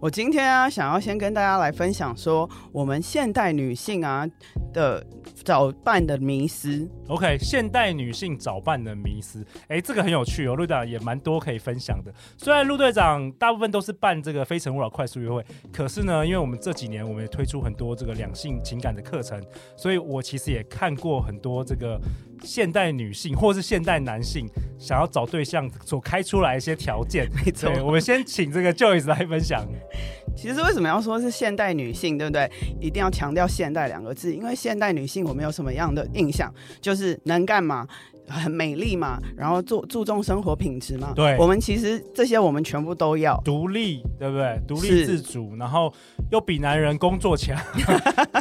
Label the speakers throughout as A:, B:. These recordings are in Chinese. A: 我今天啊，想要先跟大家来分享说，我们现代女性啊的早办的迷失。
B: OK，现代女性早办的迷思，哎，这个很有趣哦，陆队长也蛮多可以分享的。虽然陆队长大部分都是办这个《非诚勿扰》快速约会，可是呢，因为我们这几年我们也推出很多这个两性情感的课程，所以我其实也看过很多这个现代女性或是现代男性想要找对象所开出来一些条件。
A: 没错，
B: 对，我们先请这个 Joyce 来分享。
A: 其实为什么要说是现代女性，对不对？一定要强调“现代”两个字，因为现代女性我们有什么样的印象，就是能干嘛，很美丽嘛，然后注注重生活品质嘛。
B: 对
A: 我们其实这些我们全部都要。
B: 独立，对不对？独立
A: 是
B: 自主，然后又比男人工作 强，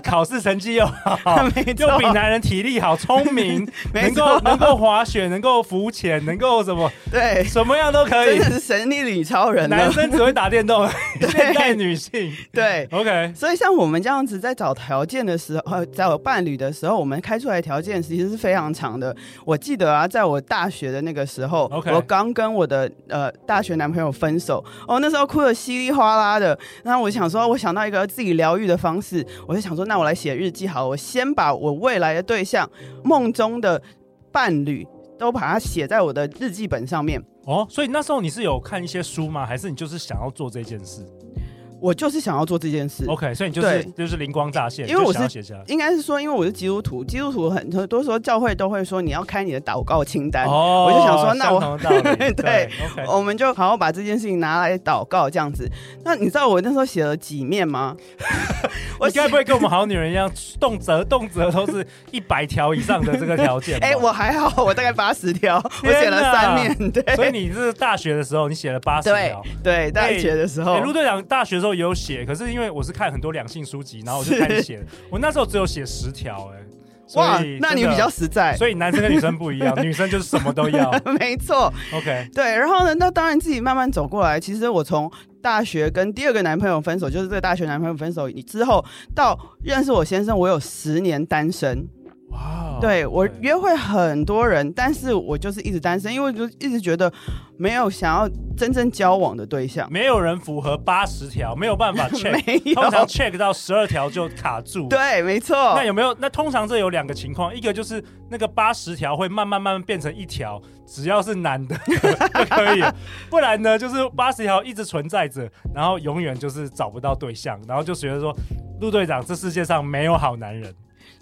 B: 考试成绩又好，
A: 没错
B: 又比男人体力好、聪明，
A: 没
B: 能够
A: 错
B: 能够滑雪，能够浮潜，能够什么
A: 对，
B: 什么样都可
A: 哎真
B: 以
A: 的。是神力女超人哦
B: 男
A: 了。
B: 生只会打电 动，现代女性
A: 对，
B: OK
A: 所以像我们这样子在找条件的时候，呃找伴侣的时候，我们开出来的条件其实是非常长的。我记得啊，在我大学的那个时候
B: OK
A: 我刚跟我的呃大学男朋友分手，哦，那时候哭的稀里哗啦的。那我想说，我想到一个自己疗愈的方式，我就想说，那我来写日记好了，我先把我未来的对象、梦中的伴侣都把它写在我的日记本上面。
B: 哦，所以那时候你是有看一些书吗？还是你就是想要做这件事
A: 我就是想要做这件事。
B: ？OK，所以你就是
A: 对
B: 就是灵光乍现，
A: 因为我
B: 就想要
A: 是
B: 写下来。
A: 应该是说，因为我是基督徒，基督徒很很多时候教会都会说你要开你的祷告清单，
B: 哦
A: 我就想说那我
B: 相同的道理
A: 对
B: 对 OK，
A: 我们就好好把这件事情拿来祷告这样子。那你知道我那时候写了几 面吗？
B: 你
A: 写
B: 该不会跟我们好女人一样，动辄动辄都是一百条以上的这个条件吧？
A: 哎、我还好，我大概八十条， 我
B: 天
A: 写了
B: 哪
A: 三面， 对
B: 所以你是大学的时候，你写了八十
A: 哎对
B: 条。
A: 对，大学的时候
B: 哎，陆队长大学的时候也有写，可是因为我是看很多两性书籍，然后我就是开始写了。我那时候只有写十条，哎，所
A: 哇
B: 以，
A: 那你
B: 真的
A: 比较，实在，
B: 所以哦男生跟女生不一 样，女生就是什么都要。
A: 没错。
B: OK，
A: 对，然后呢，那当然自己慢慢走过来。其实我从大学跟第二个男朋友分手，就是这个大学男朋友分手之后，到认识我先生，我有十年单身。
B: 哇
A: 对我
B: 哦对
A: 约会很多人，但是我就是一直单身，因为我就一直觉得没有想要真正交往的对象。
B: 没有人符合八十条，没有办 法 check，
A: 没有
B: 通常 check 到十二条就卡住。
A: 对，没错。
B: 那有没有？那通常这有两个情况，一个就是那个八十条会慢慢慢慢变成一条，只要是男的 就可以了；不然呢，就是八十条一直存在着，然后永远就是找不到对象，然后就觉得说，陆队长这世界上没有好男人。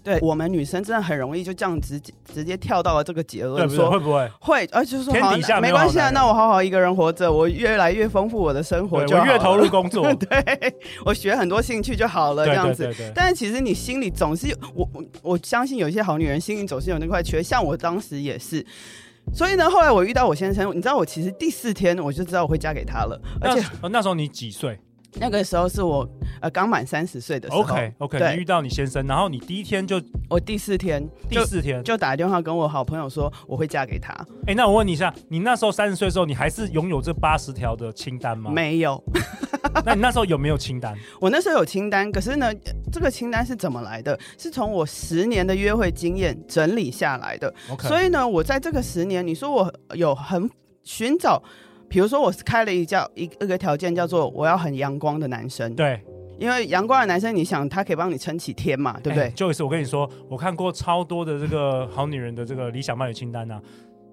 A: 对我们女生真的很容易就这样直接直接跳到了这个结
B: 对
A: 论，
B: 不对？
A: 说
B: 会不会？
A: 会，而且说
B: 天
A: 好
B: 底下没
A: 没
B: 有
A: 关
B: 好
A: 系啊，
B: 男人
A: 那我好好一个人活着，我越来越丰富我的生活
B: 对
A: 就
B: 我
A: 好
B: 越投
A: 了
B: 入，工 作，对
A: 对我学很多兴趣就好了，这样
B: 对
A: 子。
B: 对对。
A: 但是其实你心里总是有，我我我相信有一些好女人心里总是有那块缺，像我当时也是。所以呢，后来我遇到我先生，你知道我其实第四天我就知道我会嫁给他了，而
B: 那
A: 且
B: 时候哦那时候你几岁
A: 那个时候是我呃刚满三十岁的时候
B: ？OK OK，
A: 对
B: 你遇到你先生，然后你第一天就
A: 我第四天
B: 第
A: 就
B: 四天，
A: 就打电话跟我好朋友说我会嫁给他，
B: 哎，那我问你一下，你那时候三十岁的时候，你还是拥有这八十条的清单吗？。
A: 没有，
B: 那你那时候有没有清单？
A: 我那时候有清单，可是呢，呃这个清单是怎么来的？是从我十年的约会经验整理下来的。
B: OK
A: 所以呢，我在这个十年，你说我有很寻找，比如说我是开了一叫一一个条件叫做我要很阳光的男生，
B: 对，
A: 因为阳光的男生，你想他可以帮你撑起天嘛，对不对？
B: 哎？Joyce，我跟你说，我看过超多的这个好女人的这个理想伴侣清单啊，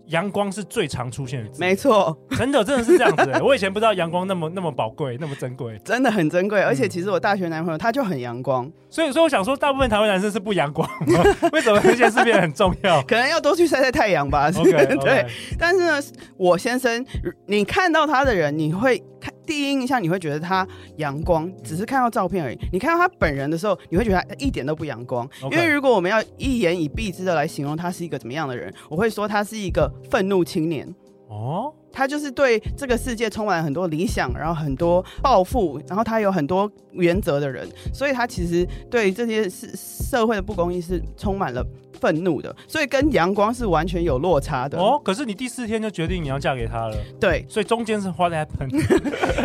B: 阳光是最常出现的字，
A: 没错，
B: 真的真的是这样子、哎我以前不知道阳光那么那么宝贵，那么珍贵，
A: 真的很珍贵。而且
B: 嗯
A: 其实我大学男朋友他就很阳光，
B: 所以所以我想说，大部分台湾男生是不阳光吗， 为什么这件事变得很重要
A: 可能要多去晒晒太阳吧。
B: ？OK，, o
A: 对，但是呢，我先生，你看到他的人，你会看第一印象，你会觉得他阳光，只是看到照片而已。你看到他本人的时候，你会觉得他一点都不阳光。
B: OK
A: 因为如果我们要一言以蔽之的来形容他是一个怎么样的人，我会说他是一个愤怒青年。
B: 哦，
A: 他就是对这个世界充满了很多理想，然后很多抱负，然后他有很多原则的人，所以他其实对这些社社会的不公义是充满了愤怒的，所以跟阳光是完全有落差的。
B: 哦，可是你第四天就决定你要嫁给他了，
A: 对，
B: 所以中间是花在喷。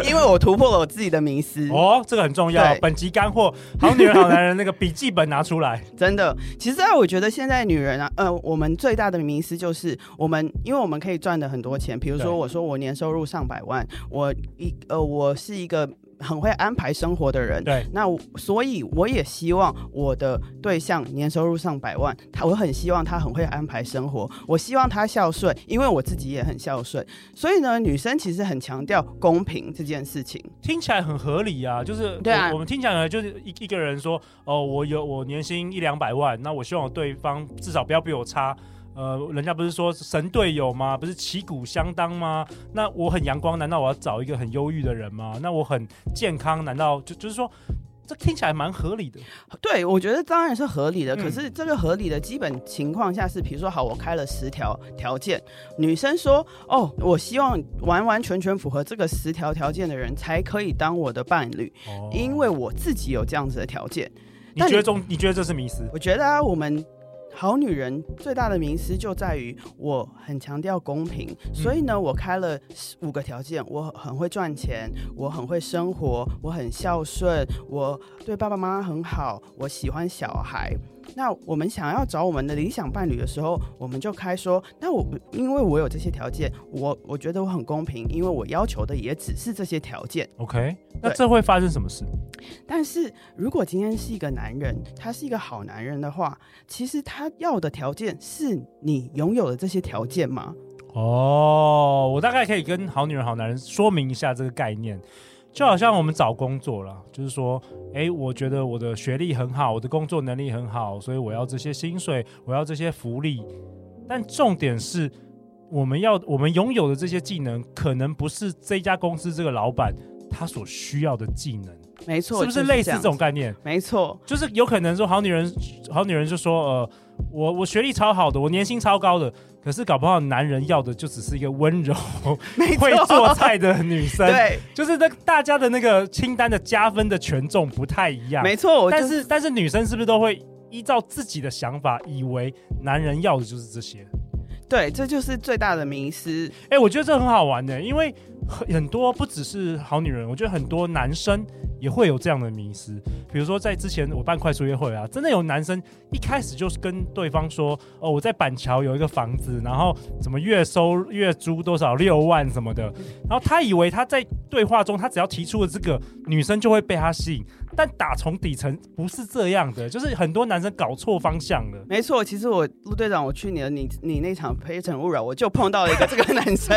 A: 因为我突破了我自己的迷思，
B: 哦，这个很重要。
A: 对
B: 本集干货，好女人好男人那个笔记本拿出来。
A: 真的。其实啊，我觉得现在女人啊，呃，我们最大的迷思就是我们，因为我们可以赚的很多钱，比如
B: 对
A: 说我说我年收入上百万，我一呃，我是一个很会安排生活的人。
B: 对，
A: 那我所以我也希望我的对象年收入上百万，他我很希望他很会安排生活，我希望他孝顺，因为我自己也很孝顺。所以呢，女生其实很强调公平这件事情。
B: 听起来很合理啊，就是
A: 对啊
B: 我我们听起来就是一一个人说，哦，我有我年薪一两百万，那我希望对方至少不要比我差。呃，人家不是说神队友吗？不是旗鼓相当吗？那我很阳光，难道我要找一个很忧郁的人吗？那我很健康，难道就就是说，这听起来蛮合理的？
A: 对，我觉得当然是合理的。
B: 嗯
A: 可是这个合理的基本情况下是，比如说，好，我开了十条条件，女生说，哦，我希望完完全全符合这个十条条件的人才可以当我的伴侣，
B: 哦
A: 因为我自己有这样子的条件。
B: 你
A: 但
B: 觉得
A: 你
B: 中，你觉得这是迷思？
A: 我觉得啊，我们好女人最大的迷失就在于我很强调公平，所以呢，我开了五个条件：我很会赚钱，我很会生活，我很孝顺，我对爸爸妈妈很好，我喜欢小孩。那我们想要找我们的理想伴侣的时候，我们就开说，那我因为我有这些条件，我我觉得我很公平，因为我要求的也只是这些条件。
B: OK，那
A: 对
B: 这会发生什么事？
A: 但是如果今天是一个男人，他是一个好男人的话，其实他要的条件是你拥有的这些条件吗？
B: 哦，我大概可以跟好女人、好男人说明一下这个概念，就好像我们找工作啦，就是说，诶，我觉得我的学历很好，我的工作能力很好，所以我要这些薪水，我要这些福利。但重点是，我们要我们拥有的这些技能，可能不是这家公司这个老板他所需要的技能，
A: 没错，
B: 是不
A: 就是
B: 类似
A: 样
B: 这
A: 子
B: 种？概念？
A: 没 错，
B: 就是有可能说好女人，好女人就说呃，我我学历超好的，我年薪超高的，可是搞不好男人要的就只是一个温柔、
A: 没错
B: 会做菜的女生。，
A: 对，
B: 就是那大家的那个清单的加分的权重不太一样。
A: 没错。我就
B: 但是但是女生是不是都会依照自己的想法，以为男人要的就是这些？
A: 对，这就是最大的迷失。
B: 哎、我觉得这很好玩的、因为很很多不只是好女人，我觉得很多男生也会有这样的迷失。比如说，在之前我办快速约会啊，真的有男生一开始就是跟对方说：“哦，我在板桥有一个房子，然后怎么月收月租多少六万什么的。”然后他以为他在对话中，他只要提出了这个，女生就会被他吸引。但打从底层不是这样的，就是很多男生搞错方向了。
A: 没错，其实我陆队长，我去年你你那场《非诚勿扰》，我就碰到了一个这个男 生，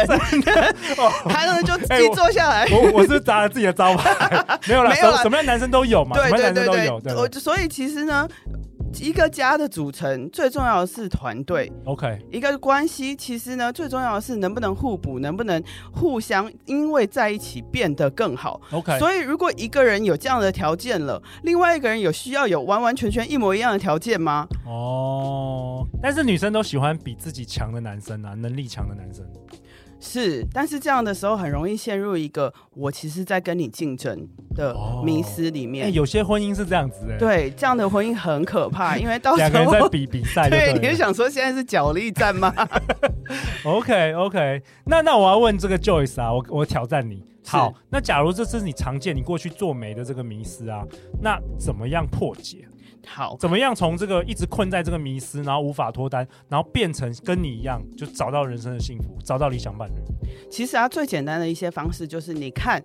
A: 他呢就
B: 哎
A: 自己
B: 我
A: 坐 下来。
B: 我我是不是砸了自己的招牌，没有啦，
A: 没有啦
B: 什什么样的男生都有嘛，什
A: 对
B: 么样
A: 对
B: 的男生都有，
A: 对
B: 对
A: 对，我就所以其实呢，一个家的组成最重要的是团队，
B: OK，
A: 一个关系其实呢最重要的是能不能互补，能不能互相因为在一起变得更好。
B: OK，
A: 所以，如果一个人有这样的条件了，另外一个人有需要有完完全全一模一样的条件吗？
B: 哦，但是女生都喜欢比自己强的男生啊，能力强的男生。
A: 是，但是这样的时候很容易陷入一个我其实在跟你竞争的
B: 哦
A: 迷失里
B: 哎、
A: 面。
B: 有些婚姻是这样子哎、
A: 对，这样的婚姻很可怕，因为到时
B: 两个人在
A: 候。
B: 比比赛，
A: 对，你
B: 对
A: 是
B: 了。
A: 想说现在是角力战吗？
B: OK OK，那那我要问这个 Joyce 啊，我我挑战你。
A: 是
B: 好，那假如这是你常见你过去做媒的这个迷思啊，那怎么样破解？
A: 好，
B: 怎么样从这个一直困在这个迷思，然后无法脱单，然后变成跟你一样，就找到人生的幸福，找到理想伴侣？
A: 其实啊，最简单的一些方式就是，你看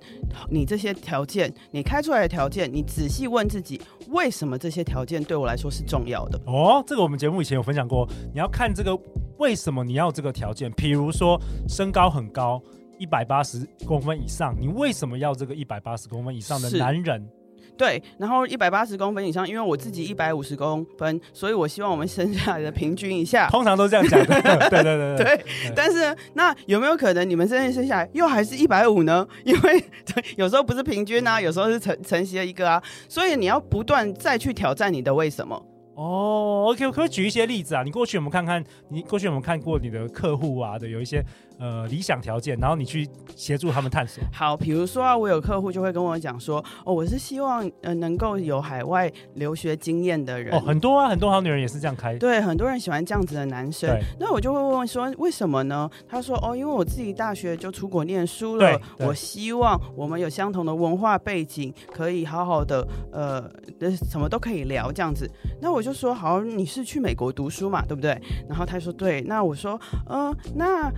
A: 你这些条件，你开出来的条件，你仔细问自己，为什么这些条件对我来说是重要的？
B: 哦，这个我们节目以前有分享过，你要看这个为什么你要这个条件，比如说身高很高。一百八十公分以上，你为什么要这个一百八十公分以上的
A: 是
B: 男人？
A: 对，然后一百八十公分以上，因为我自己一百五十公分，所以我希望我们生下来的平均一下。
B: 通常都这样讲的。对对对对，
A: 对，但是呢那有没有可能你们真的生下来又还是一百五呢？因为 有时候不是平均
B: 嗯
A: 啊，有时候是承承袭了一个啊，所以你要不断再去挑战你的为什么。
B: 哦，OK，可不可以举一些例子啊？你过去有没有看看？你过去有没有看过你的客户啊的有一些呃理想条件，然后你去协助他们探索？
A: 好，比如说啊，我有客户就会跟我讲说，哦，我是希望呃能够有海外留学经验的人。
B: 哦，很多啊，很多好女人也是这样开。
A: 对，很多人喜欢这样子的男生
B: 对。
A: 那我就会问说，为什么呢？他说，哦，因为我自己大学就出国念书了
B: 对，对
A: 我希望我们有相同的文化背景，可以好好的，呃，呃什么都可以聊这样子。那我就说，好，你是去美国读书嘛，对不对？然后他说，对。那我说，嗯、那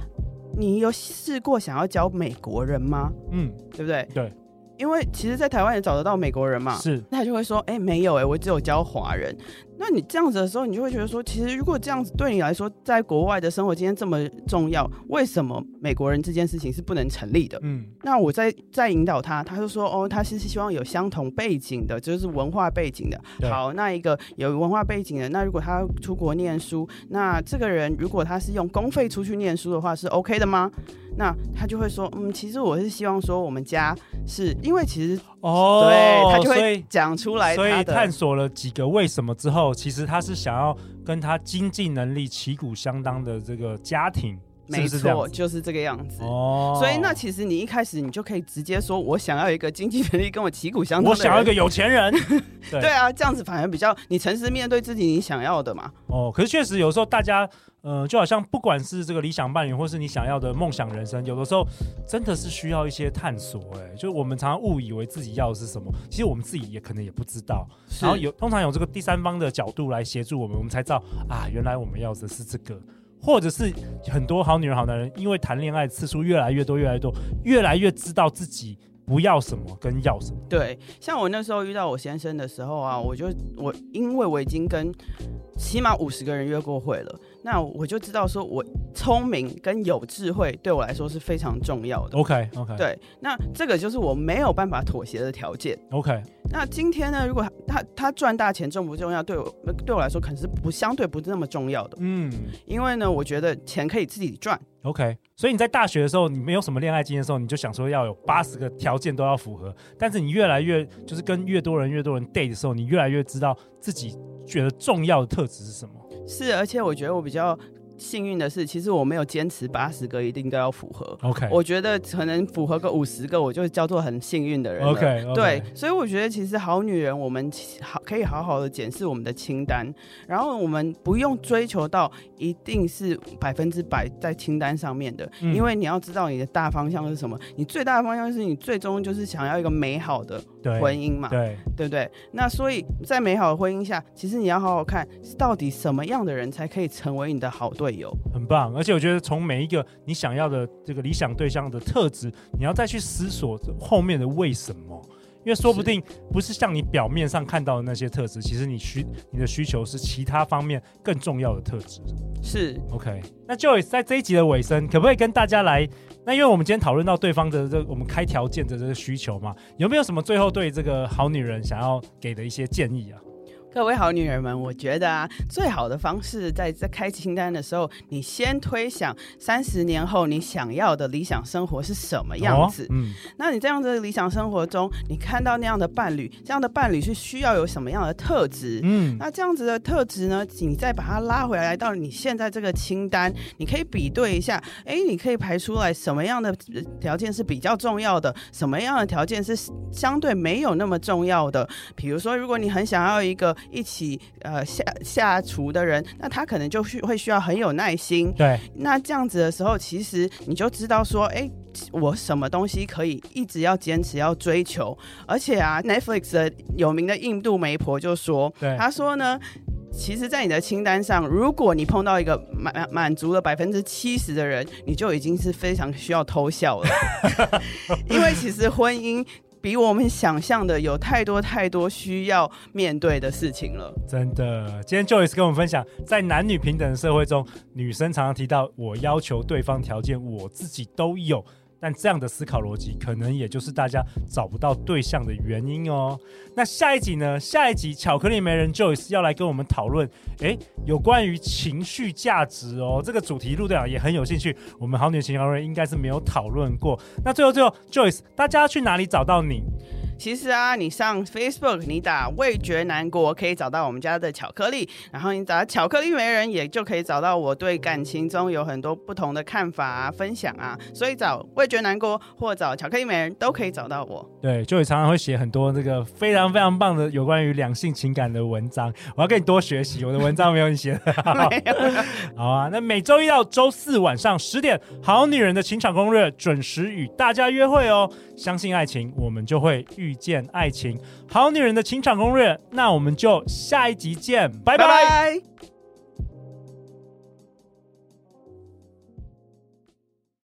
A: 你有试过想要交美国人吗？
B: 嗯，
A: 对不对？
B: 对，
A: 因为其实，在台湾也找得到美国人嘛。
B: 是
A: 那他就会说，哎、没有哎、我只有教华人。那你这样子的时候，你就会觉得说，其实如果这样子对你来说，在国外的生活经验这么重要，为什么美国人这件事情是不能成立的？
B: 嗯，
A: 那我在在引导他，他就说，哦，他是希望有相同背景的，就是文化背景
B: 对
A: 的。好，那一个有文化背景的，那如果他出国念书，那这个人如果他是用公费出去念书的话，是 OK 的吗？那他就会说，嗯，其实我是希望说我们家是因为其实
B: 哦，
A: 对他就
B: 所
A: 会
B: 以
A: 讲出来
B: 所以
A: 他
B: 探
A: 的。
B: 索了几个为什么之后，其实他是想要跟他经济能力旗鼓相当的这个家庭，是
A: 没
B: 不是这样
A: 错，
B: 子？
A: 就是这个样子。
B: 哦，
A: 所以那其实你一开始你就可以直接说，我想要一个经济能力跟我旗鼓相当的
B: 我
A: 人。
B: 想要一个有钱人。
A: 对啊，这样子反而比较你诚实面对自己你想要的嘛。
B: 哦，可是确实有时候大家，呃，就好像不管是这个理想伴侣，或是你想要的梦想人生，有的时候真的是需要一些探索、欸。哎，就我们常常误以为自己要的是什么，其实我们自己也可能也不知道。然后有通常有这个第三方的角度来协助我们，我们才知道啊，原来我们要的是这个。或者是很多好女人、好男人，因为谈恋爱次数越来越多、越来越多，越来越知道自己不要什么跟要什么。
A: 对，像我那时候遇到我先生的时候啊，
B: 嗯
A: 我就我因为我已经跟起码五十个人约过会了，那我就知道说我聪明跟有智慧对我来说是非常重要的。
B: OK OK
A: 对，那这个就是我没有办法妥协的条件。
B: OK
A: 那今天呢，如果他他他赚大钱重不重要，对我对我来说可能是不相对不是那么重要的，
B: 嗯
A: 因为呢，我觉得钱可以自己赚。
B: OK，所以你在大学的时候，你没有什么恋爱经验的时候，你就想说要有八十个条件都要符合，但是你越来越就是跟越多人越多人 date 的时候，你越来越知道自己觉得重要的特质是什么。
A: 是，而且我觉得我比较幸运的是，其实我没有坚持八十个一定都要符合。
B: OK
A: 我觉得可能符合个五十个，我就叫做很幸运的人了。
B: OK，
A: 对，所以我觉得其实好女人，我们其好可以好好的检视我们的清单，然后我们不用追求到一定是百分之百在清单上面的，
B: 嗯
A: 因为你要知道你的大方向是什么。你最大的方向是你最终就是想要一个美好的
B: 对
A: 婚姻嘛，
B: 对
A: 对不对？那所以在美好的婚姻下，其实你要好好看到底什么样的人才可以成为你的好队友。
B: 很棒。而且我觉得从每一个你想要的这个理想对象的特质，你要再去思索后面的为什么。因为说不定不是像你表面上看到的那些特质，其实你需你的需求是其他方面更重要的特质。
A: 是
B: OK，那 Joyce 在这一集的尾声，可不可以跟大家来？那因为我们今天讨论到对方的这我们开条件的这个需求嘛，有没有什么最后对这个好女人想要给的一些建议啊？
A: 各位好女人们，我觉得啊，最好的方式在在开清单的时候，你先推想三十年后你想要的理想生活是什么样子。
B: 哦嗯，
A: 那你这样的理想生活中，你看到那样的伴侣，这样的伴侣是需要有什么样的特质？
B: 嗯，
A: 那这样子的特质呢，你再把它拉回来到你现在这个清单，你可以比对一下，哎、你可以排出来什么样的呃条件是比较重要的，什么样的条件是相对没有那么重要的。比如说，如果你很想要一个一起呃下下厨的人，那他可能就需会需要很有耐心，
B: 对，
A: 那这样子的时候，其实你就知道说，哎、我什么东西可以一直要坚持要追求，而且啊，Netflix 的有名的印度媒婆就说，
B: 对
A: 她说呢。其实，在你的清单上，如果你碰到一个满满满足了百分之七十的人，你就已经是非常需要偷笑了，因为其实婚姻比我们想象的有太多太多需要面对的事情了。
B: 真的，今天 Joyce 跟我们分享，在男女平等的社会中，女生常常提到我要求对方条件，我自己都有。但这样的思考逻辑，可能也就是大家找不到对象的原因哦。那下一集呢？下一集巧克力媒人 Joyce 要来跟我们讨论，诶，有关于情绪价值哦。这个主题陆队长也很有兴趣，我们好女情好人应该是没有讨论过。那最后最后，Joyce，大家要去哪里找到你？
A: 其实啊，你上 Facebook，你打“味觉南国”可以找到我们家的巧克力，然后你打“巧克力媒人”也就可以找到我对感情中有很多不同的看法啊、分享啊，所以找“味觉南国”或找“巧克力媒人”都可以找到我。
B: 对，就也常常会写很多这个非常非常棒的有关于两性情感的文章，我要跟你多学习，我的文章没有你写的 好。好啊，那每周一到周四晚上十点，《好女人的情场攻略》准时与大家约会哦。相信爱情，我们就会遇见爱情。《好女人的情场攻略》，那我们就下一集见，拜拜
A: 拜拜